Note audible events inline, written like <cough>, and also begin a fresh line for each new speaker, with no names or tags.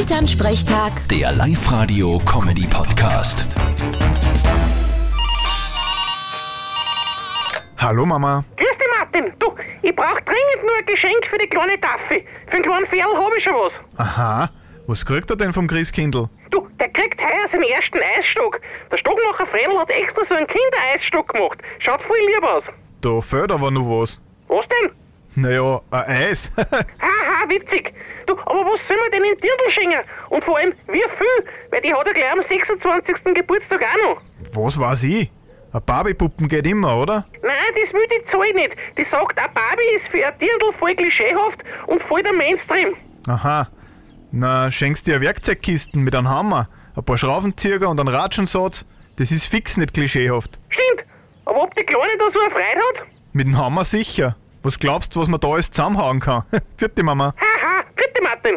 Elternsprechtag,
Der Live-Radio-Comedy-Podcast.
Hallo Mama.
Grüß dich, Martin. Du, ich brauche dringend nur ein Geschenk für die kleine Taffy. Für den kleinen Ferl habe ich schon was.
Aha, was kriegt er denn vom Christkindl?
Du, der kriegt heuer seinen ersten Eisstock. Der Stockmacher Fredel hat extra so einen Kindereisstock gemacht. Schaut voll lieb aus.
Da fehlt aber nur was.
Was denn?
Naja, ein Eis. <laughs>
Haha, witzig. Du, aber was soll man denn in Dirndl schenken? Und vor allem, wie viel? Weil die hat er gleich am 26. Geburtstag auch noch.
was weiß ich? Ein Barbiepuppen geht immer, oder?
Nein, das will die Zahl nicht. Die sagt, eine Barbie ist für ein Dirndl voll klischeehaft und voll der Mainstream.
Aha. Na, schenkst dir Werkzeugkisten mit einem Hammer, ein paar Schraubenzieher und einen Ratschensatz. Das ist fix nicht klischeehaft.
Stimmt. Aber ob die Kleine da so eine Freude hat?
Mit dem Hammer sicher. Was glaubst was man da alles zusammenhauen kann? <laughs> Vierte Mama.
Haha, bitte Martin.